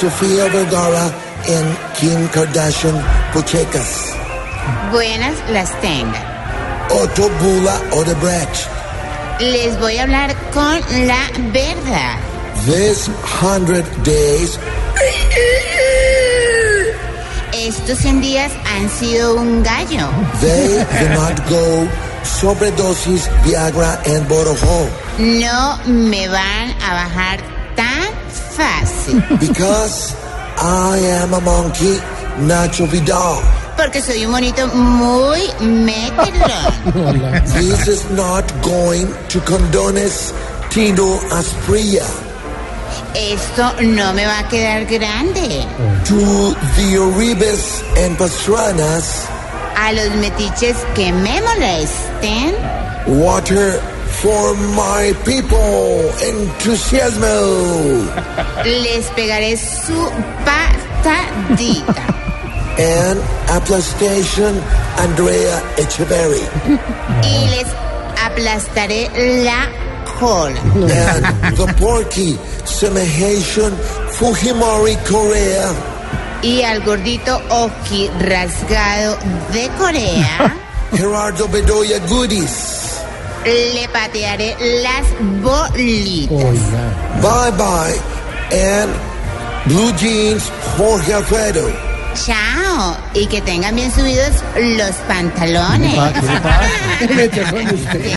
Sofía Vergara en Kim Kardashian Pochecas. Buenas las tengan. Otto Bula Odebrecht. Les voy a hablar con la verdad. This hundred days Estos 100 días han sido un gallo. they do not go sobredosis Viagra and Borojo No me van a bajar tan fácil. because I am a monkey, Nacho Vidal. Porque soy un monito muy metelón. This is not going to condones Tino Asprilla Esto no me va a quedar grande. to the Oribes and Pastranas A los metiches que me molesten, water for my people enthusiasmo les pegaré su patadita. and aplastation Andrea Echeverry Y les aplastaré la cola. and the porky semehation Fujimori Korea Y al gordito Oki rasgado de Corea, Gerardo Bedoya Goodies le patearé las bolitas. bye bye and blue jeans Jorge Alfredo Chao. Y que tengan bien subidos los pantalones. ¿Qué le pasa? ¿Qué le pasa?